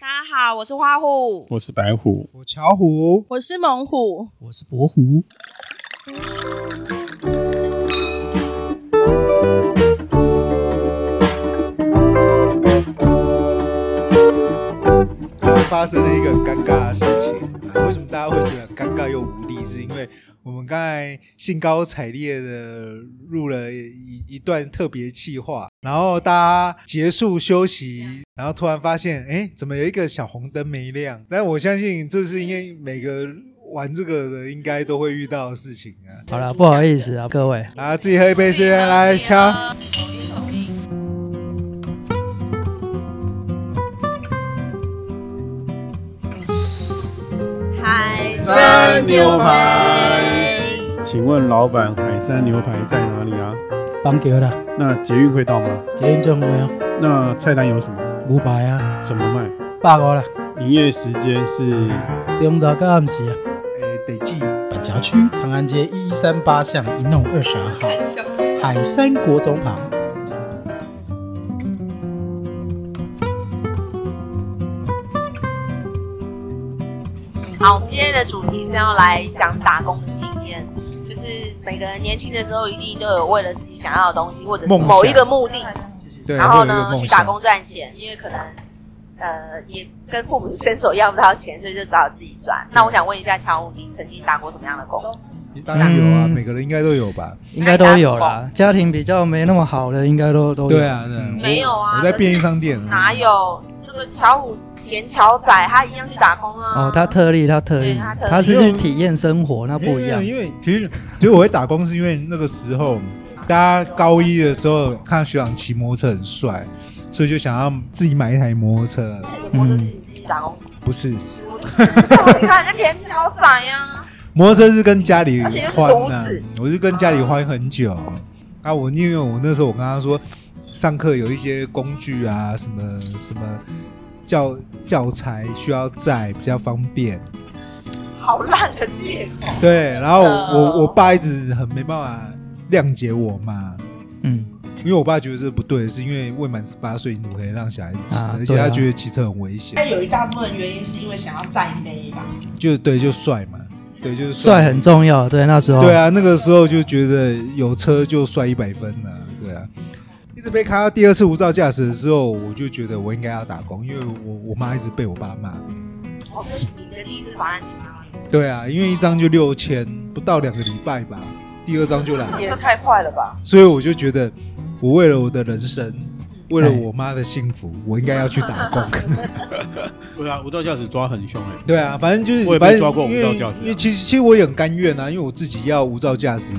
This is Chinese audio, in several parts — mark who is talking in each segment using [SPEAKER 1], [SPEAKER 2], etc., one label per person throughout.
[SPEAKER 1] 大家好，我是花虎，
[SPEAKER 2] 我是白虎，
[SPEAKER 3] 我巧虎，
[SPEAKER 1] 我是猛虎。
[SPEAKER 3] 我是博虎。发生了一个很尴尬的事情，为什么大家会觉得很尴尬又无力？是因为我们刚才兴高采烈的录了一一段特别企划，然后大家结束休息，然后突然发现，哎，怎么有一个小红灯没亮？但我相信这是因为每个玩这个的应该都会遇到的事情啊。
[SPEAKER 4] 好了，不好意思啊，各位，
[SPEAKER 3] 大家自己喝一杯，时间来敲。
[SPEAKER 1] 嗨，
[SPEAKER 3] 三牛排。
[SPEAKER 2] 请问老板，海山牛排在哪里啊？
[SPEAKER 4] 帮给了，
[SPEAKER 2] 那捷运会到吗？
[SPEAKER 4] 捷运中没有
[SPEAKER 2] 那菜单有什么？
[SPEAKER 4] 五百啊，
[SPEAKER 2] 怎么卖？
[SPEAKER 4] 八五啦，
[SPEAKER 2] 营业时间是
[SPEAKER 4] 中到到暗时啊。
[SPEAKER 3] 诶，哎得记。
[SPEAKER 4] 板桥区长安街一一三八巷一弄二十二号，海山国中旁。
[SPEAKER 1] 好，我们今天的主题是要来讲打工的经验，就是每个人年轻的时候一定都有为了自己想要的东西，或者是
[SPEAKER 3] 梦想
[SPEAKER 1] 某一个目的，
[SPEAKER 3] 对，
[SPEAKER 1] 然后
[SPEAKER 3] 会有一个
[SPEAKER 1] 呢
[SPEAKER 3] 梦
[SPEAKER 1] 去打
[SPEAKER 3] 想
[SPEAKER 1] 工赚钱，因为可能呃也跟父母伸手要不到钱，所以就只好自己赚。
[SPEAKER 3] 嗯
[SPEAKER 1] 那我想问一下乔武，你曾经打过什么样的工？
[SPEAKER 3] 当然有啊，
[SPEAKER 4] 嗯
[SPEAKER 3] 每个人应该都有吧？
[SPEAKER 4] 应该都有啦，家庭比较没那么好的，应该都都有。
[SPEAKER 3] 对啊，对啊
[SPEAKER 4] 嗯
[SPEAKER 3] 我
[SPEAKER 1] 没有啊
[SPEAKER 3] 我在
[SPEAKER 1] 可是
[SPEAKER 3] 便利商店
[SPEAKER 1] 哪有那个乔武田乔仔，他一样去打工啊？
[SPEAKER 4] 哦，他特例，他特
[SPEAKER 1] 对
[SPEAKER 4] 例
[SPEAKER 1] 他，特例
[SPEAKER 4] 他是去体验生活，那不一样
[SPEAKER 3] 没有没有。嗯因为其实其实我会打工是因为那个时候大家高一的时候看到学长骑摩托车很帅，所以就想要自己买一台摩托车。
[SPEAKER 1] 那你的摩托
[SPEAKER 3] 嗯
[SPEAKER 1] 车是你自己打工骑，
[SPEAKER 3] 不是，
[SPEAKER 1] 是 我就知道，你看人家田乔仔啊，
[SPEAKER 3] 摩托车是跟家里
[SPEAKER 1] 而且又是
[SPEAKER 3] 换
[SPEAKER 1] 独
[SPEAKER 3] 啊
[SPEAKER 1] 子，
[SPEAKER 3] 我是跟家里换很久啊。我因为我那时候我跟他说，上课有一些工具啊，什么什么教教材需要载比较方便。
[SPEAKER 1] 好烂的借口。
[SPEAKER 3] 对，然后
[SPEAKER 1] 真的
[SPEAKER 3] 我我爸一直很没办法谅解我嘛，
[SPEAKER 4] 嗯，
[SPEAKER 3] 因为我爸觉得这不对，是因为未满十八岁你怎么可以让小孩子骑车，
[SPEAKER 4] 啊
[SPEAKER 3] 而且
[SPEAKER 4] 对啊
[SPEAKER 3] 他觉得骑车很危
[SPEAKER 1] 但
[SPEAKER 3] 险，
[SPEAKER 1] 有一大部分原因是因为想要再妹吧。
[SPEAKER 3] 就对就帅嘛，对就是
[SPEAKER 4] 帅很重要。对，那时候
[SPEAKER 3] 对，啊，那个时候就觉得有车就帅一百分了、对啊。一直被开到第二次无照驾驶的时候，我就觉得我应该要打工，因为我我妈一直被我爸骂。
[SPEAKER 1] 哦，所以你的第一次罚单你妈
[SPEAKER 3] 对啊，因为一张就六千，不到两个礼拜吧，第二张就来了。
[SPEAKER 1] 也太快了吧？
[SPEAKER 3] 所以我就觉得，我为了我的人生，为
[SPEAKER 2] 哎
[SPEAKER 3] 了我妈的幸福，我应该要去打工。
[SPEAKER 2] 不是啊，无照驾驶抓很凶哎、
[SPEAKER 3] 对啊，反正就是，
[SPEAKER 2] 我也被
[SPEAKER 3] 反正
[SPEAKER 2] 抓过无照驾驶啊
[SPEAKER 3] 因为因为其实其实我也很甘愿啊，因为我自己要无照驾驶，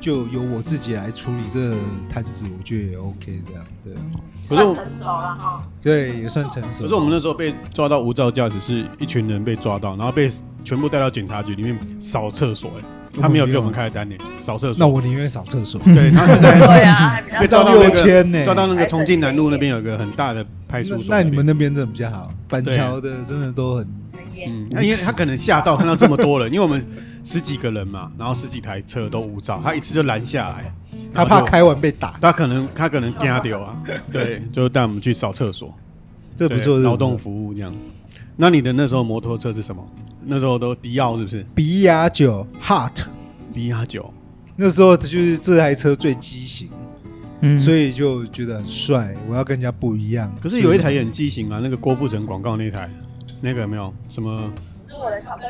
[SPEAKER 3] 就由我自己来处理这个摊子，我觉得也 OK 这样。对，
[SPEAKER 2] 可是我
[SPEAKER 1] 算成熟了哈。
[SPEAKER 3] 对，也算成熟。
[SPEAKER 2] 可是我们那时候被抓到无照驾驶，是一群人被抓到，然后被全部带到警察局里面扫厕所哎、他没有给我们开单呢、扫厕所。
[SPEAKER 3] 那我宁愿扫厕所，
[SPEAKER 2] 对，然后就在
[SPEAKER 1] 对啊，还比较
[SPEAKER 2] 被抓
[SPEAKER 3] 照
[SPEAKER 2] 到
[SPEAKER 3] 六
[SPEAKER 2] 那个
[SPEAKER 3] 千呢。
[SPEAKER 2] 抓到那个重庆南路那边有个很大的派出所
[SPEAKER 3] 那那你
[SPEAKER 2] 边
[SPEAKER 3] 们那边真的比较好，板
[SPEAKER 2] 对
[SPEAKER 3] 桥的真的都很
[SPEAKER 2] 嗯，那因为他可能吓到看到这么多人，因为我们十几个人嘛，然后十几台车都无照，他一次就拦下来，
[SPEAKER 3] 他
[SPEAKER 2] 然后
[SPEAKER 3] 怕
[SPEAKER 2] 就，
[SPEAKER 3] 开完被打，
[SPEAKER 2] 他可能他可能惊掉啊，对，就带我们去扫厕所，
[SPEAKER 3] 这不
[SPEAKER 2] 对
[SPEAKER 3] 错。这不错
[SPEAKER 2] 劳动服务这样。那你的那时候摩托车是什么？那时候都迪奥是不是？
[SPEAKER 3] 比亚九 Hot，
[SPEAKER 2] 比亚九，
[SPEAKER 3] 那时候就是这台车最畸形。
[SPEAKER 4] 嗯，
[SPEAKER 3] 所
[SPEAKER 4] 以
[SPEAKER 3] 以就觉得很帅，我要跟人家不一样。
[SPEAKER 2] 可是有一台也很畸形啊，那个郭富城广告那台，那个有没有什么？
[SPEAKER 1] 哎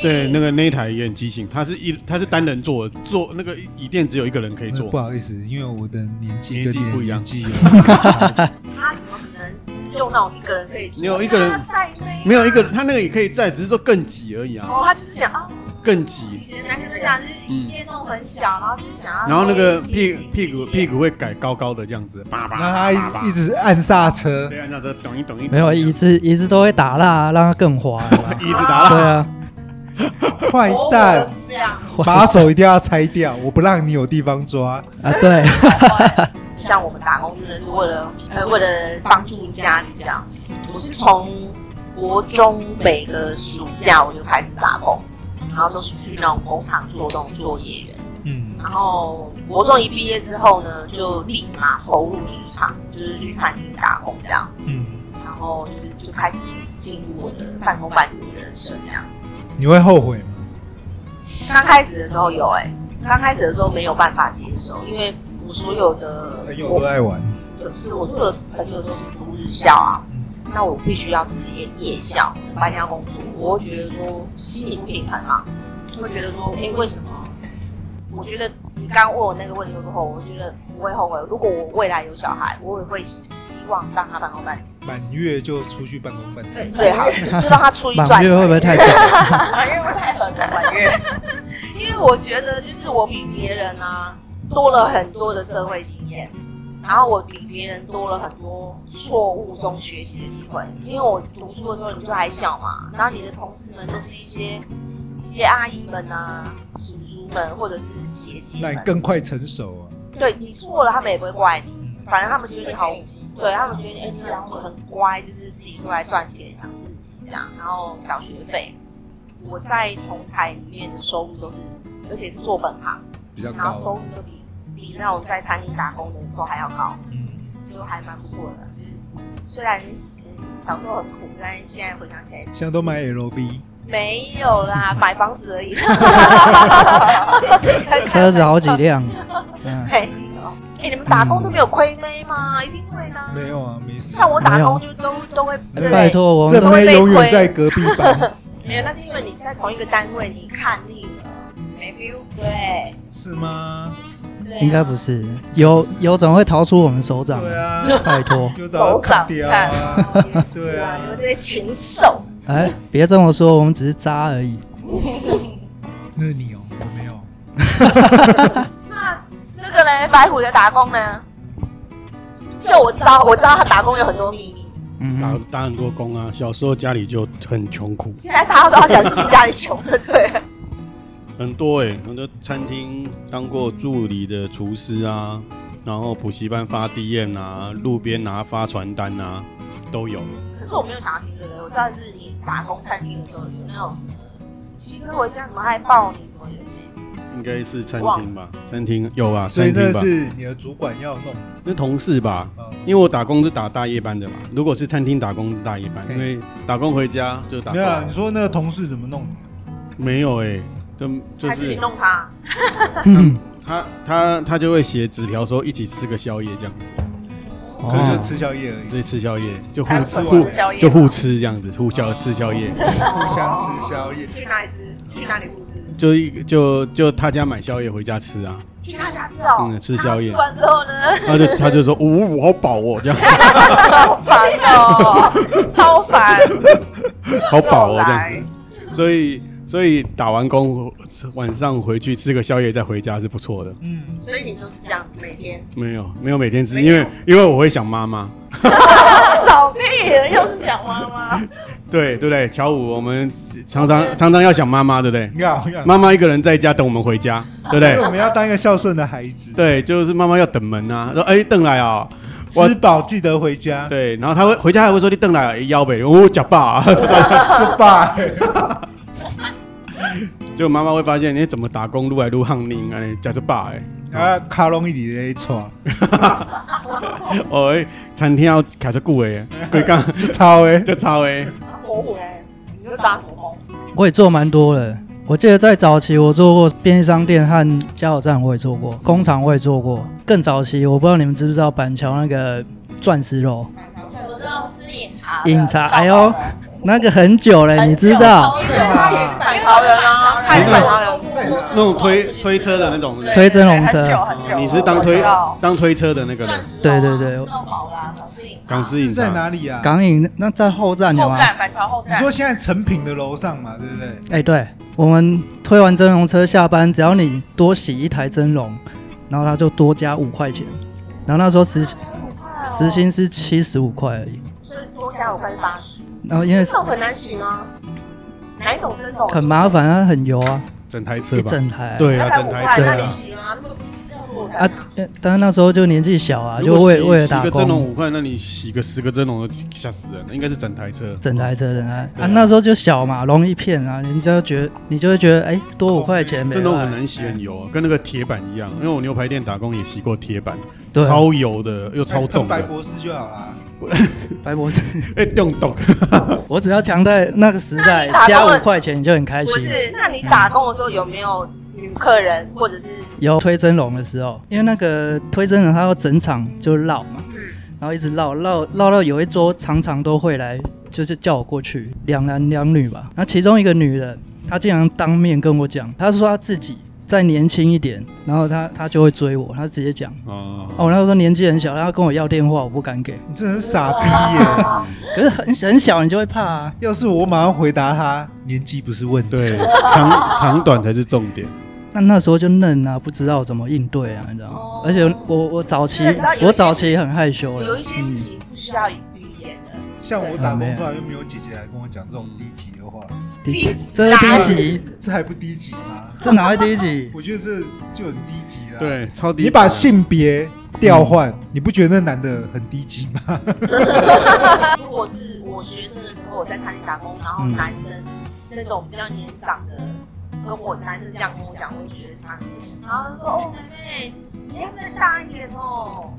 [SPEAKER 2] 对，那个那一台也很畸形，它是一它是单人坐的，坐那个椅垫只有一个人可以
[SPEAKER 3] 那
[SPEAKER 2] 坐
[SPEAKER 3] 嗯不。好意思，因为我的年纪
[SPEAKER 2] 年
[SPEAKER 3] 跟
[SPEAKER 2] 纪
[SPEAKER 3] 你的
[SPEAKER 2] 不一样
[SPEAKER 3] 年纪 有差，
[SPEAKER 1] 他怎么可能只用那种一个人可以做？
[SPEAKER 2] 没有一个人
[SPEAKER 1] 他再妹
[SPEAKER 2] 没有一个，他那个也可以在，只是说更挤而已啊，
[SPEAKER 1] 哦，他就是想啊，
[SPEAKER 2] 更
[SPEAKER 1] 以
[SPEAKER 2] 挤。
[SPEAKER 1] 前男生都这样，就是一边弄很小，然后就是想要，
[SPEAKER 2] 然后那个屁屁股屁股会改高高的这样子，叭叭
[SPEAKER 3] 那
[SPEAKER 2] 叭叭
[SPEAKER 3] 他
[SPEAKER 2] 叭
[SPEAKER 3] 一一，直按 刹车
[SPEAKER 2] 对，啊，那这咚一咚一，。
[SPEAKER 4] 没有一次一次都会打蜡，让它更滑啦
[SPEAKER 2] 一直打
[SPEAKER 4] 对
[SPEAKER 2] 蜡，
[SPEAKER 4] 啊，
[SPEAKER 3] 坏蛋，
[SPEAKER 1] 哦是这样。
[SPEAKER 3] 把手一定要拆掉，我不让你有地方抓。
[SPEAKER 4] 啊对，
[SPEAKER 1] 像我们打工真的是为了呃为了帮助家里这样。我是从国中每个暑假我就开始打工，然后都是去那种工厂做那种作业员。
[SPEAKER 3] 嗯
[SPEAKER 1] 然后国中一毕业之后呢，就立马投入职场，就是去餐厅打工这样，
[SPEAKER 3] 嗯，
[SPEAKER 1] 然后就是就开始进入我的半工半读的人生这样。
[SPEAKER 3] 你会后悔吗？
[SPEAKER 1] 刚开始的时候有哎、刚开始的时候没有办法接受，因为我所有的
[SPEAKER 3] 朋友都爱玩，
[SPEAKER 1] 我不是我所有的朋友都是读日校啊，那我必须要日夜夜校，白天要工作，我会觉得说心理不平衡啊，会觉得说，哎、为什么？我觉得你刚刚问我那个问题过后，我觉得不会后悔。如果我未来有小孩，我也会希望让他半工半读，
[SPEAKER 3] 满月就出去办公办读，
[SPEAKER 1] 最 好是就让他出去赚
[SPEAKER 4] 满
[SPEAKER 1] 钱。
[SPEAKER 4] 月会不会太早？
[SPEAKER 1] 满月不太合能满月， 因为我觉得就是我比别人啊多了很多的社会经验，然后我比别人多了很多错误中学习的机会。因为我读书的时候你就还小嘛，然后你的同事们都是一些一些阿姨们啊、叔叔们或者是姐姐
[SPEAKER 3] 那你
[SPEAKER 1] 们，
[SPEAKER 3] 更快成熟啊。
[SPEAKER 1] 对你错了他们也不会怪你，
[SPEAKER 3] 嗯
[SPEAKER 1] 反正他们觉得你好对他们觉得哎，这样很乖，就是自己出来赚钱养自己这样，然后缴学费。我在同财里面的收入都是，而且是做本行，
[SPEAKER 3] 比较
[SPEAKER 1] 然后收
[SPEAKER 3] 高啊
[SPEAKER 1] 入，都比比那种在餐厅打工的都还要高，
[SPEAKER 3] 嗯，
[SPEAKER 1] 就还蛮不错的。就是虽然嗯小时候很苦，但是现在回想起来是，
[SPEAKER 3] 现在都买 LV，
[SPEAKER 1] 没有啦，买房子而 已，
[SPEAKER 4] 车子好几辆，嗯，
[SPEAKER 1] 没有。哎、你们打工都没有亏没吗？一定会的啊。
[SPEAKER 3] 没有啊，没事。
[SPEAKER 1] 像我打
[SPEAKER 4] 没有
[SPEAKER 1] 工就都都会，对不对
[SPEAKER 4] 拜托我们
[SPEAKER 3] 这
[SPEAKER 4] 都
[SPEAKER 3] 边
[SPEAKER 1] 被
[SPEAKER 3] 永远
[SPEAKER 1] 亏
[SPEAKER 3] 在隔壁班，
[SPEAKER 1] 没有，那是因为你在同一个单位，你看腻了，没 feel。对，
[SPEAKER 3] 是吗？
[SPEAKER 1] 对啊
[SPEAKER 4] 应该不。是，有有总会逃出我们手掌，
[SPEAKER 3] 对啊，
[SPEAKER 4] 拜托，
[SPEAKER 3] 就找砍掉啊。
[SPEAKER 1] 也是
[SPEAKER 3] 对
[SPEAKER 1] 啊
[SPEAKER 3] 啊，
[SPEAKER 1] 你们这些禽兽，
[SPEAKER 4] 哎，别这么说，我们只是渣而已。
[SPEAKER 3] 那是你哦，我没有。
[SPEAKER 1] 那个呢，白虎的打工呢？就我知道，我知道他打工有很多秘密。
[SPEAKER 2] 打
[SPEAKER 4] 嗯，
[SPEAKER 2] 打很多工啊。小时候家里就很穷苦，
[SPEAKER 1] 现在大家都要讲自己家里穷的，对了。
[SPEAKER 2] 很多哎、很多餐厅当过助理的厨师啊，然后补习班发 DM 啊，路边拿发传单啊，都有。
[SPEAKER 1] 可是我没有想要听这个，我知道就是你打工餐厅的时候有那种什么骑车回家什么还抱你什么有没有
[SPEAKER 2] 应该是餐
[SPEAKER 1] 哇
[SPEAKER 2] 厅吧？餐厅有吧？
[SPEAKER 3] 所以
[SPEAKER 2] 餐
[SPEAKER 3] 那
[SPEAKER 2] 厅吧？
[SPEAKER 3] 是你的主管要弄
[SPEAKER 2] 那同事吧？
[SPEAKER 3] 啊。
[SPEAKER 2] 因为我打工是打大夜班的嘛，如果是餐厅打工大夜班，
[SPEAKER 3] 嘿
[SPEAKER 2] 因为打工回家就打
[SPEAKER 3] 没
[SPEAKER 2] 工
[SPEAKER 3] 有，啊，你说那个同事怎么弄你？
[SPEAKER 2] 没有哎、就就
[SPEAKER 1] 还是你
[SPEAKER 2] 是
[SPEAKER 1] 弄他？
[SPEAKER 4] 嗯
[SPEAKER 2] 他他他就会写纸条说一起吃个宵夜这样，
[SPEAKER 4] 哦
[SPEAKER 3] 所以就吃宵夜而已，
[SPEAKER 2] 所以吃宵夜就
[SPEAKER 1] 还
[SPEAKER 2] 互
[SPEAKER 1] 有
[SPEAKER 2] 吃
[SPEAKER 1] 吃
[SPEAKER 2] 互
[SPEAKER 1] 宵夜吗
[SPEAKER 2] 就互吃这样子，互相吃宵夜，
[SPEAKER 3] 互相吃宵夜。
[SPEAKER 1] 去哪里吃？去哪里不吃？
[SPEAKER 2] 就一就就他家买宵夜回家吃啊，
[SPEAKER 1] 去他家吃哦。
[SPEAKER 2] 嗯吃宵夜
[SPEAKER 1] 吃完之后呢？
[SPEAKER 2] 他就他 就说呜、好饱哦这样，
[SPEAKER 1] 好烦哦，超烦，
[SPEAKER 2] 好饱
[SPEAKER 1] 又
[SPEAKER 2] 哦这
[SPEAKER 1] 来
[SPEAKER 2] 样，子，所以所以打完工晚上回去吃个宵夜再回家是不错的。
[SPEAKER 3] 嗯，
[SPEAKER 1] 所以你就是这样，每天
[SPEAKER 2] 没有，没有每天吃，
[SPEAKER 1] 没
[SPEAKER 2] 因
[SPEAKER 1] 有
[SPEAKER 2] 为因为我会想妈妈。
[SPEAKER 1] 老屁了，又是想妈妈。
[SPEAKER 2] 对对不对？乔五，我们常常常常要想妈妈，对不对？
[SPEAKER 3] 你看，我想，
[SPEAKER 2] 妈妈一个人在家等我们回家，对 不
[SPEAKER 3] 因为我
[SPEAKER 2] 对？
[SPEAKER 3] 们要当一个孝顺的孩子，
[SPEAKER 2] 对，就是妈妈要等门啊，说哎，邓来啊、我
[SPEAKER 3] 吃饱记得回家。
[SPEAKER 2] 对，然后她会回家还会说你邓来腰哦呗，我假爸，
[SPEAKER 3] 是吧？
[SPEAKER 2] 就妈妈会发现你怎么打工撸来撸汉宁啊，假着爸哎，
[SPEAKER 3] 啊，卡拢一直在喘，
[SPEAKER 2] 哦哎，餐厅要卡着顾哎， 鬼刚
[SPEAKER 3] 就超诶。
[SPEAKER 2] 就超哎，
[SPEAKER 1] 火虎哎，你就打什么工？
[SPEAKER 4] 我也做蛮多的。我记得在早期，我做过便利商店和加油站，我也做过，工厂我也做过。更早期，我不知道你们知不知道板桥那个钻石楼，
[SPEAKER 1] 我知道吃饮茶的
[SPEAKER 4] 饮茶，哎呦，那个很久了，
[SPEAKER 5] 啊很
[SPEAKER 4] 你
[SPEAKER 5] 久
[SPEAKER 4] 知道？
[SPEAKER 5] 他也是
[SPEAKER 1] 板
[SPEAKER 5] 板
[SPEAKER 1] 桥
[SPEAKER 5] 桥
[SPEAKER 1] 人
[SPEAKER 5] 人
[SPEAKER 1] 啊
[SPEAKER 5] 啊，
[SPEAKER 1] 他
[SPEAKER 2] 也是板
[SPEAKER 1] 桥人
[SPEAKER 2] 那种推推车的那种人，
[SPEAKER 4] 推真龙车，
[SPEAKER 2] 哦你是当推当推车的那个人，
[SPEAKER 4] 对对对
[SPEAKER 2] 港式饮
[SPEAKER 3] 是在
[SPEAKER 2] 茶。
[SPEAKER 3] 哪里啊？
[SPEAKER 4] 港影那在后站有
[SPEAKER 5] 后
[SPEAKER 4] 吗？
[SPEAKER 5] 站板桥后
[SPEAKER 3] 你
[SPEAKER 5] 站，
[SPEAKER 3] 说现在成品的楼上嘛，对不对？
[SPEAKER 4] 哎，对，我们推完蒸笼车下班，只要你多洗一台蒸笼，然后他就多加五块钱。然后那时候
[SPEAKER 1] 哦
[SPEAKER 4] 时时薪是七十五块而已，
[SPEAKER 1] 所以多加五块八十。
[SPEAKER 4] 然后因为
[SPEAKER 1] 这种很难洗吗？哪一种蒸笼？
[SPEAKER 4] 很麻烦，它很油啊，
[SPEAKER 2] 整台车
[SPEAKER 4] 一
[SPEAKER 2] 吧？
[SPEAKER 4] 整台。
[SPEAKER 2] 对
[SPEAKER 1] 它
[SPEAKER 2] 啊，
[SPEAKER 1] 才
[SPEAKER 2] 整
[SPEAKER 1] 五
[SPEAKER 2] 台
[SPEAKER 1] 块，
[SPEAKER 2] 车
[SPEAKER 1] 那你
[SPEAKER 2] 啊。
[SPEAKER 1] 洗吗？那不做
[SPEAKER 4] 啊
[SPEAKER 1] 啊，，
[SPEAKER 4] 但但是那时候就年纪小啊，
[SPEAKER 2] 如
[SPEAKER 4] 就
[SPEAKER 2] 果
[SPEAKER 4] 为
[SPEAKER 2] 洗
[SPEAKER 4] 为了
[SPEAKER 2] 洗
[SPEAKER 4] 打
[SPEAKER 2] 个蒸笼
[SPEAKER 4] 工，
[SPEAKER 2] 五块，那你洗个十个蒸笼都吓死人了，应该是整台车。
[SPEAKER 4] 整台车整台
[SPEAKER 2] 对啊
[SPEAKER 4] 啊，那时候就小嘛，容易骗啊，人家觉得你就会觉得哎，多五块钱没啊哎
[SPEAKER 2] 蒸笼很难洗，
[SPEAKER 4] 洗，
[SPEAKER 2] 很油，啊跟那个铁板一样。因为我牛排店打工也洗过铁板，
[SPEAKER 4] 对啊
[SPEAKER 2] 超油的又超重
[SPEAKER 3] 哎白
[SPEAKER 2] 的，
[SPEAKER 3] 博士就好啦。
[SPEAKER 4] 白博士，
[SPEAKER 2] 哎，咚咚，
[SPEAKER 4] 我只要强在那个时代
[SPEAKER 1] 那你 打
[SPEAKER 4] 加
[SPEAKER 1] 工
[SPEAKER 4] 五
[SPEAKER 1] 了
[SPEAKER 4] 块钱，你就很开
[SPEAKER 1] 不
[SPEAKER 4] 心。
[SPEAKER 1] 是？那你打工的时候有没有女客人或者是
[SPEAKER 4] 有推蒸笼的时候，因为那个推蒸笼它要整场就绕嘛，
[SPEAKER 1] 嗯
[SPEAKER 4] 然后一直绕绕绕到有一桌常常都会来，就是叫我过去，两男两女吧。那其中一个女的，她竟然当面跟我讲，她说她自己再年轻一点，然后她她就会追我，她直接讲。哦，
[SPEAKER 2] 哦，
[SPEAKER 4] 我那时候年纪很小，她跟我要电话，我不敢给。
[SPEAKER 3] 你真的是傻逼耶！
[SPEAKER 4] 可是很很小，你就会怕啊。
[SPEAKER 3] 要是我马上回答他，年纪不是问 题。
[SPEAKER 2] 对，长长短才是重点。
[SPEAKER 4] 那那时候就嫩啊，不知道怎么应对啊，你知道吗？
[SPEAKER 1] 哦
[SPEAKER 4] 而且我我早期
[SPEAKER 1] 是你知道有一些
[SPEAKER 4] 我早期很害羞的，
[SPEAKER 1] 有一些
[SPEAKER 4] 嗯
[SPEAKER 1] 事情不需要语言的？
[SPEAKER 3] 像我打工出来又没有姐姐来跟我讲
[SPEAKER 2] 嗯
[SPEAKER 3] 这种低级的话，
[SPEAKER 4] 第
[SPEAKER 1] 第
[SPEAKER 4] 这是第一集，
[SPEAKER 3] 这还不低级吗？
[SPEAKER 4] 这哪会第一集？
[SPEAKER 3] 我觉得这就很低级了。，
[SPEAKER 2] 对，嗯超低。
[SPEAKER 3] 啊你把性别调换，你不觉得那男的很低级吗？
[SPEAKER 1] 如果是我学生的时候，我在餐厅打工，然后男生、那种比较年长的跟我男生这样跟我讲，我就觉得他，然后他说：“哦，妹妹，你要是大一点哦。”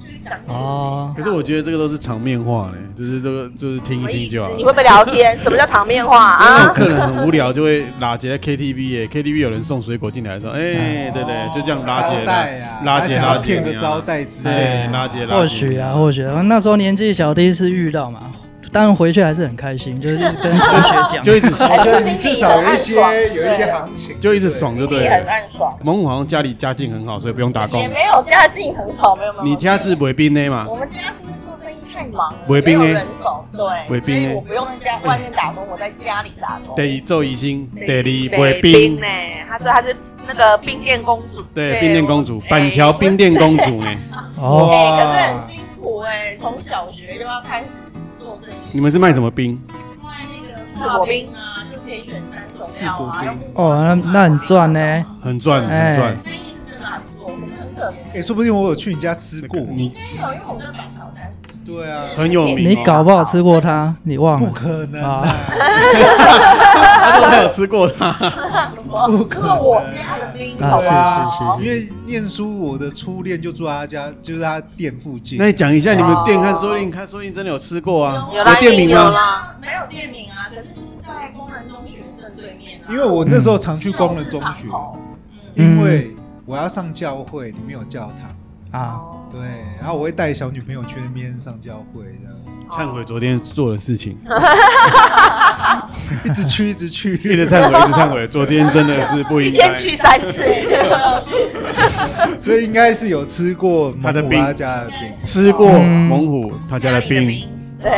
[SPEAKER 1] 就是讲这个
[SPEAKER 4] 哦
[SPEAKER 2] 可是我觉得这个都是场面话嘞，就是这个就是
[SPEAKER 1] 什
[SPEAKER 2] 听一
[SPEAKER 1] 么
[SPEAKER 2] 听
[SPEAKER 1] 意
[SPEAKER 2] 就
[SPEAKER 1] 思
[SPEAKER 2] 好？了。
[SPEAKER 1] 你会不会聊天？什么叫场面话
[SPEAKER 2] 那种
[SPEAKER 1] 啊？
[SPEAKER 2] 客人很无聊，就会拉姐在 KTV 耶，KTV 有人送水果进来的时候，哎、
[SPEAKER 4] 嗯
[SPEAKER 2] 对对，就这样拉姐
[SPEAKER 3] 招待啊，
[SPEAKER 2] 拉
[SPEAKER 3] 他
[SPEAKER 2] 姐
[SPEAKER 3] 想要
[SPEAKER 2] 拉姐
[SPEAKER 3] 骗个
[SPEAKER 2] 你啊
[SPEAKER 3] 招待之类
[SPEAKER 2] 对，
[SPEAKER 3] 的，
[SPEAKER 2] 拉姐拉姐，
[SPEAKER 4] 哎或许啊，或许啊、那时候年纪小，第一次遇到嘛，当然回去还是很开心，就是跟同学讲，
[SPEAKER 2] 就一直
[SPEAKER 5] 哎
[SPEAKER 2] 爽，
[SPEAKER 3] 就是你至少有一
[SPEAKER 1] 心里很暗爽
[SPEAKER 3] 些有一些行情，
[SPEAKER 2] 就一直爽就
[SPEAKER 1] 你
[SPEAKER 2] 哎对
[SPEAKER 1] 很
[SPEAKER 2] 了。
[SPEAKER 1] 暗爽，
[SPEAKER 2] 猛虎好像家里家境很好，所以不用打工
[SPEAKER 1] 也。没有家境很好，没有没有。
[SPEAKER 2] 你家是尾兵的嘛
[SPEAKER 1] 我？们家是不是做生意太忙了，
[SPEAKER 2] 尾
[SPEAKER 1] 没
[SPEAKER 2] 兵
[SPEAKER 1] 有
[SPEAKER 2] 呢
[SPEAKER 1] 人手，对，
[SPEAKER 2] 尾
[SPEAKER 1] 所
[SPEAKER 2] 兵呢
[SPEAKER 1] 以我不用在外面打工，我在家里打工。
[SPEAKER 2] 得做一星，得离
[SPEAKER 1] 北
[SPEAKER 2] 尾
[SPEAKER 1] 冰
[SPEAKER 2] 兵
[SPEAKER 1] 呢，？他说他是那个冰店公主，
[SPEAKER 2] 对，冰店公主，
[SPEAKER 1] 我
[SPEAKER 2] 板桥冰店公主呢？
[SPEAKER 4] 哦，
[SPEAKER 1] 哎、可是很辛苦哎、从小学就要开始做生意，
[SPEAKER 2] 你们是卖什么冰？
[SPEAKER 5] 卖那个
[SPEAKER 1] 四果冰
[SPEAKER 5] 啊，就可以选三种
[SPEAKER 3] 四
[SPEAKER 5] 料
[SPEAKER 3] 国
[SPEAKER 5] 啊。
[SPEAKER 3] 兵。
[SPEAKER 4] 哦，那那很赚呢、
[SPEAKER 2] 很赚，
[SPEAKER 4] 哎
[SPEAKER 2] 很赚。
[SPEAKER 5] 生意是啊真的还不错，可是很可怜。
[SPEAKER 3] 哎，说不定我有去你家吃过。
[SPEAKER 2] 你
[SPEAKER 5] 应该有，因为我在板桥三十几。
[SPEAKER 3] 对啊，
[SPEAKER 2] 很有名、
[SPEAKER 4] 你
[SPEAKER 2] 哦，
[SPEAKER 4] 搞不好吃过它，你忘
[SPEAKER 3] 不
[SPEAKER 4] 了。
[SPEAKER 3] 可能
[SPEAKER 4] 啊
[SPEAKER 3] 啊！
[SPEAKER 2] 他说他有吃过它。
[SPEAKER 3] 不可
[SPEAKER 1] 是
[SPEAKER 3] 能
[SPEAKER 1] 我家的冰
[SPEAKER 4] 啊
[SPEAKER 1] 好吧？
[SPEAKER 4] 是是是
[SPEAKER 3] 因为念书，我的初恋就住他家，就是他店附近。
[SPEAKER 2] 那你讲一下你们店，
[SPEAKER 1] 哦
[SPEAKER 2] 看说不定看说不定真的有吃过啊，
[SPEAKER 1] 有啦，
[SPEAKER 2] 店
[SPEAKER 1] 一定
[SPEAKER 2] 名
[SPEAKER 1] 有
[SPEAKER 2] 吗？
[SPEAKER 1] 啦，
[SPEAKER 5] 没有店名啊，可是就是在工人中学正对面啊。
[SPEAKER 3] 因为我那时候常去工人中学，
[SPEAKER 5] 嗯，
[SPEAKER 4] 嗯
[SPEAKER 3] 因为我要上教会，里面有教堂。
[SPEAKER 4] 啊，
[SPEAKER 3] 对，然后我会带小女朋友去那边上教会，这样
[SPEAKER 2] 忏悔昨天做的事情，
[SPEAKER 3] 一直去，一直
[SPEAKER 2] 一
[SPEAKER 3] 去。
[SPEAKER 2] 直忏悔，一直忏悔。昨天真的是不
[SPEAKER 1] 一
[SPEAKER 2] 应该
[SPEAKER 1] 天。去三次，
[SPEAKER 3] 所以应该是有吃过
[SPEAKER 2] 他的
[SPEAKER 3] 蒙古
[SPEAKER 2] 冰
[SPEAKER 3] 他家的冰。
[SPEAKER 2] 吃过
[SPEAKER 4] 嗯
[SPEAKER 2] 猛虎他家的冰，
[SPEAKER 1] 对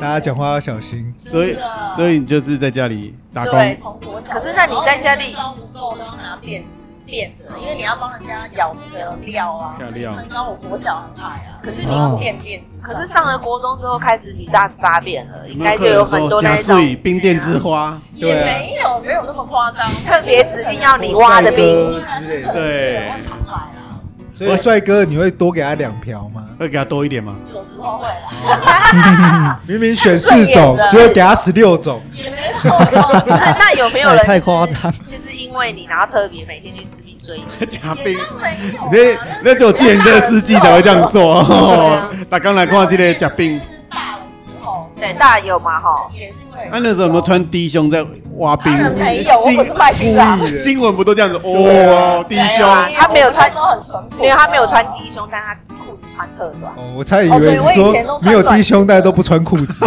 [SPEAKER 3] 大家讲话要小心。
[SPEAKER 2] 所以所以你就是在家里打
[SPEAKER 1] 对
[SPEAKER 2] 工，
[SPEAKER 5] 从国小。
[SPEAKER 1] 可是那你在家里
[SPEAKER 5] 然后人都不够都要拿垫子垫着，因为你要帮人家舀那个料啊。
[SPEAKER 2] 漂亮。
[SPEAKER 5] 很高，我国小很矮
[SPEAKER 3] 哦
[SPEAKER 5] 啊。
[SPEAKER 1] 可是
[SPEAKER 4] 你
[SPEAKER 5] 用垫垫子。
[SPEAKER 1] 可是上了国中之后开始女大十八变了，应
[SPEAKER 2] 有没
[SPEAKER 1] 该
[SPEAKER 2] 有
[SPEAKER 1] 就
[SPEAKER 2] 客
[SPEAKER 1] 有
[SPEAKER 2] 人
[SPEAKER 1] 很
[SPEAKER 2] 说
[SPEAKER 1] 多
[SPEAKER 2] 假
[SPEAKER 1] 那
[SPEAKER 2] 睡
[SPEAKER 1] 种
[SPEAKER 2] 冰店之花？
[SPEAKER 3] 啊
[SPEAKER 5] 也没有没有那么夸张，
[SPEAKER 1] 特别指定要你挖的冰，
[SPEAKER 3] 之类的，
[SPEAKER 2] 对，
[SPEAKER 5] 我常来啊，
[SPEAKER 3] 所以帅哥你会多给他两瓢吗？
[SPEAKER 2] 会给他多一点吗？
[SPEAKER 5] 有时候会来。
[SPEAKER 3] 明明选四种，只会给他十六种。
[SPEAKER 5] 也没有，我
[SPEAKER 1] 不是那有没有人、
[SPEAKER 4] 太夸张，
[SPEAKER 1] 就是因为你然后特别每天去吃冰追你，
[SPEAKER 2] 加
[SPEAKER 5] 也
[SPEAKER 2] 冰。
[SPEAKER 5] 都没有啊
[SPEAKER 2] 所以那只有计程车司机才会这样做哦。大刚来看这个假冰，啊
[SPEAKER 5] 大了之后，
[SPEAKER 1] 对，大家有嘛哈？
[SPEAKER 5] 也是会。
[SPEAKER 2] 那那时候有没有穿低胸在挖冰
[SPEAKER 5] 当？然没有，我不是卖冰的啊。
[SPEAKER 3] 故意的
[SPEAKER 2] 新闻不都这样子
[SPEAKER 3] 对
[SPEAKER 2] 哦
[SPEAKER 3] 啊？
[SPEAKER 2] 低
[SPEAKER 1] 没
[SPEAKER 2] 胸
[SPEAKER 1] 有啊他没有穿
[SPEAKER 5] 都很淳朴，
[SPEAKER 1] 没有，他没有穿低胸，但他裤子穿特短。
[SPEAKER 3] 哦，我差点以为你
[SPEAKER 5] 哦对我以前都
[SPEAKER 3] 说
[SPEAKER 5] 穿
[SPEAKER 3] 没有低胸带都不穿裤子。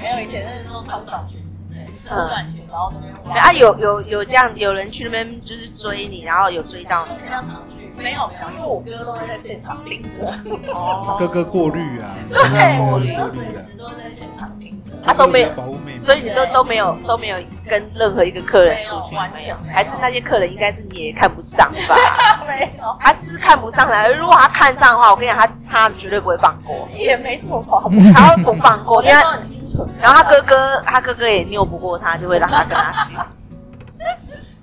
[SPEAKER 5] 没有以前那时候穿短裙，对，穿短裙，然后那边嗯挖。
[SPEAKER 1] 啊，有有有这样，有人去那边就是追你，然后有追到你。
[SPEAKER 5] 比较常去，没有没有，因为我哥都会在现场盯着，
[SPEAKER 1] 哦
[SPEAKER 3] 哥哥过滤啊，
[SPEAKER 5] 对，我
[SPEAKER 3] 过滤
[SPEAKER 5] 哥
[SPEAKER 3] 过滤
[SPEAKER 5] 随
[SPEAKER 3] 的，
[SPEAKER 5] 时都在现场盯着。
[SPEAKER 1] 他都没有
[SPEAKER 3] 保护妹妹。
[SPEAKER 1] 所以你都都没有都没有跟任何一个客人出去
[SPEAKER 5] 没有完，全
[SPEAKER 1] 没有
[SPEAKER 5] 没，有
[SPEAKER 1] 还是那些客人应该是你也看不上吧？
[SPEAKER 5] 没有，
[SPEAKER 1] 他就是看不上来，如果他看上的话，我跟你讲，他他绝对不会放过，
[SPEAKER 5] 也没什么夸张。
[SPEAKER 1] 他会不放过，
[SPEAKER 5] 我
[SPEAKER 1] 因为
[SPEAKER 5] 那时
[SPEAKER 1] 他
[SPEAKER 5] 候很清楚。
[SPEAKER 1] 然后他哥哥他哥哥也拗不过他，就会让他跟他去。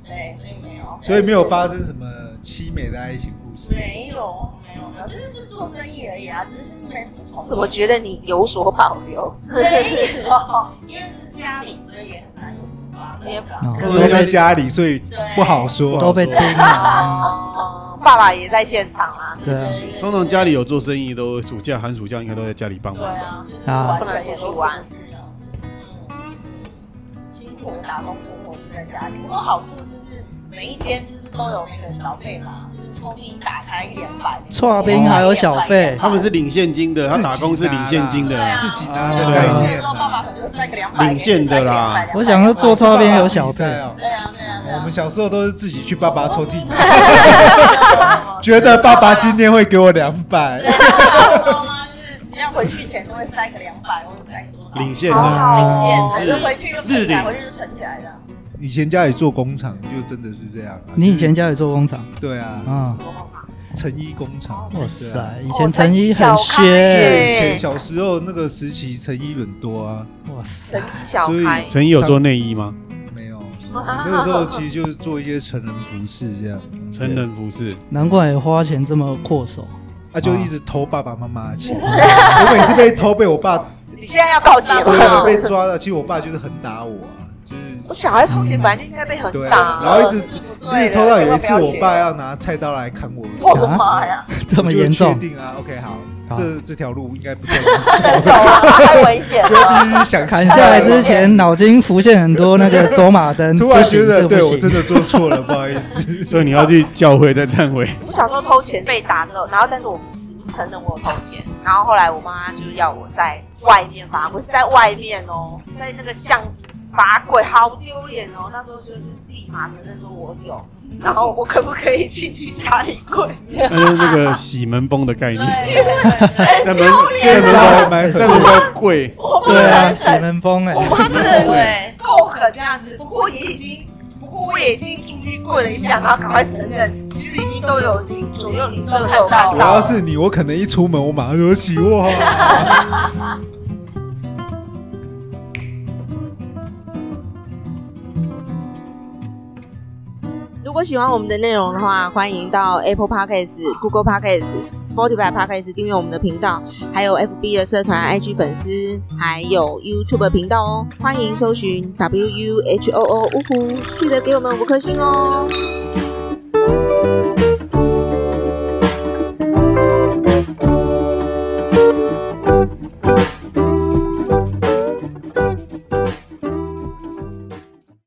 [SPEAKER 5] 对，所以没有。好，
[SPEAKER 3] 所以没有发生什么凄美的爱情故事。
[SPEAKER 5] 没有没有没有，就是就做生意而已啊，只是就是没什么
[SPEAKER 1] 怎么觉得你有所保留？
[SPEAKER 5] 得没有？ 因为是家里，所以也很难有什么发
[SPEAKER 1] 也
[SPEAKER 5] 展啊。
[SPEAKER 4] 哦
[SPEAKER 3] 因为在家里，所以不好说。
[SPEAKER 4] 都被盯了。
[SPEAKER 1] 哦， 爸爸也在现场啊，
[SPEAKER 4] 对啊
[SPEAKER 5] 对
[SPEAKER 2] 通常家里有做生意都暑假寒暑假应该都在家里帮
[SPEAKER 5] 对
[SPEAKER 2] 忙吧。
[SPEAKER 5] 啊，就是完全也都不能出去啊。嗯，辛苦的打工生活是在家里，不过好处就是每一天就是都有那个小费嘛，就是说不定打开一两百，
[SPEAKER 4] 搓冰啊还有小费
[SPEAKER 2] 他们是领现金的，他打工是领现金
[SPEAKER 5] 对
[SPEAKER 2] 的
[SPEAKER 5] 啊，
[SPEAKER 3] 自己拿的
[SPEAKER 5] 对
[SPEAKER 3] 概
[SPEAKER 5] 啊那
[SPEAKER 3] 念
[SPEAKER 5] 时候爸爸可能就是那个两百
[SPEAKER 2] 领现的啦
[SPEAKER 4] 我想说做错那边有小费
[SPEAKER 3] 费哦。
[SPEAKER 5] 对啊对啊对
[SPEAKER 3] 我
[SPEAKER 5] 啊
[SPEAKER 3] 们，小时候都是自己去爸爸抽屉拿，
[SPEAKER 5] 我
[SPEAKER 3] 觉得爸爸今天会给我两百，
[SPEAKER 5] 妈妈就是你要回去前都会塞个两百或者塞个多少。
[SPEAKER 2] 领现
[SPEAKER 1] 好
[SPEAKER 2] 的。啊
[SPEAKER 1] 好
[SPEAKER 5] 可
[SPEAKER 1] 哦，
[SPEAKER 5] 是回去就存起来，回去就存起来了。
[SPEAKER 3] 以前家里做工厂就真的是这样、啊。
[SPEAKER 4] 你以前家里做工厂
[SPEAKER 3] 对啊，
[SPEAKER 4] 啊？
[SPEAKER 3] 成衣工厂。
[SPEAKER 4] 哇
[SPEAKER 3] 对啊！
[SPEAKER 4] 塞，以前成衣很
[SPEAKER 3] 对，
[SPEAKER 4] 炫，
[SPEAKER 3] 以前小时候那个时期成衣很多啊，
[SPEAKER 4] 哇
[SPEAKER 1] 神医
[SPEAKER 4] 塞，
[SPEAKER 1] 小孩，
[SPEAKER 2] 陈毅有做内衣吗？
[SPEAKER 3] 没有。那个时候其实就是做一些成人服饰这样，
[SPEAKER 2] 成人服饰，
[SPEAKER 4] 难怪花钱这么阔手。
[SPEAKER 3] 啊就一直偷爸爸妈妈的钱，我每次被偷被我爸，
[SPEAKER 1] 你现在要告解
[SPEAKER 3] 对
[SPEAKER 1] 吗？
[SPEAKER 3] 被抓到，其实我爸就是很打我啊，就是
[SPEAKER 1] 我小孩偷钱本来就应该被很
[SPEAKER 3] 对
[SPEAKER 1] 打
[SPEAKER 3] 啊，，然后一直一
[SPEAKER 1] 对
[SPEAKER 3] 直偷到有一次我爸要拿菜刀来砍我的手，
[SPEAKER 5] 我的妈呀！
[SPEAKER 4] 这么严重
[SPEAKER 3] 就确定啊？OK，好，
[SPEAKER 4] 好
[SPEAKER 3] 这这条路应该不对，
[SPEAKER 5] 太危险
[SPEAKER 3] 就
[SPEAKER 5] 了。
[SPEAKER 3] 必须想
[SPEAKER 4] 砍下来之
[SPEAKER 3] 清楚
[SPEAKER 4] 前，脑筋浮现很多那个走马灯，
[SPEAKER 3] 突
[SPEAKER 4] 不
[SPEAKER 3] 然
[SPEAKER 4] 行
[SPEAKER 3] 觉得
[SPEAKER 4] 这不
[SPEAKER 3] 对我
[SPEAKER 4] 行
[SPEAKER 3] 真的做错了，不好意思。
[SPEAKER 2] 所以你要去教会再忏悔。
[SPEAKER 1] 我小时候偷钱被打之后，然后但是我死不承认我有偷钱，然后后来我妈就要我在外面罚跪，是在外面哦，在那个巷子罚跪，好丢脸哦。那时候就是立马承认说我有，然后我可不可以进去家里跪？
[SPEAKER 2] 那是那个洗门风的概念，在门在
[SPEAKER 3] 这
[SPEAKER 2] 门
[SPEAKER 3] 招还
[SPEAKER 2] 口
[SPEAKER 3] 蛮
[SPEAKER 2] 在
[SPEAKER 3] 狠
[SPEAKER 2] 门
[SPEAKER 3] 的，
[SPEAKER 2] 口跪，
[SPEAKER 1] 我妈
[SPEAKER 4] 对啊，
[SPEAKER 1] 真
[SPEAKER 4] 洗
[SPEAKER 1] 的
[SPEAKER 4] 门风哎、
[SPEAKER 1] 我妈真的
[SPEAKER 5] 对
[SPEAKER 1] 很够狠这样子，不过也已经。不过我也已经出去跪了一下，然后赶快承认，其实已经都有零左右零色都有看
[SPEAKER 3] 我
[SPEAKER 1] 到
[SPEAKER 3] 要
[SPEAKER 1] 了。
[SPEAKER 3] 是你，我可能一出门我马上就洗哇。
[SPEAKER 1] 如果喜欢我们的内容的话，欢迎到 Apple Podcasts、Google Podcasts、Spotify Podcasts 订阅我们的频道，还有 FB 的社团、IG 粉丝，还有 YouTube 频道哦。欢迎搜寻 W U H O O 呜呼，记得给我们五颗星哦。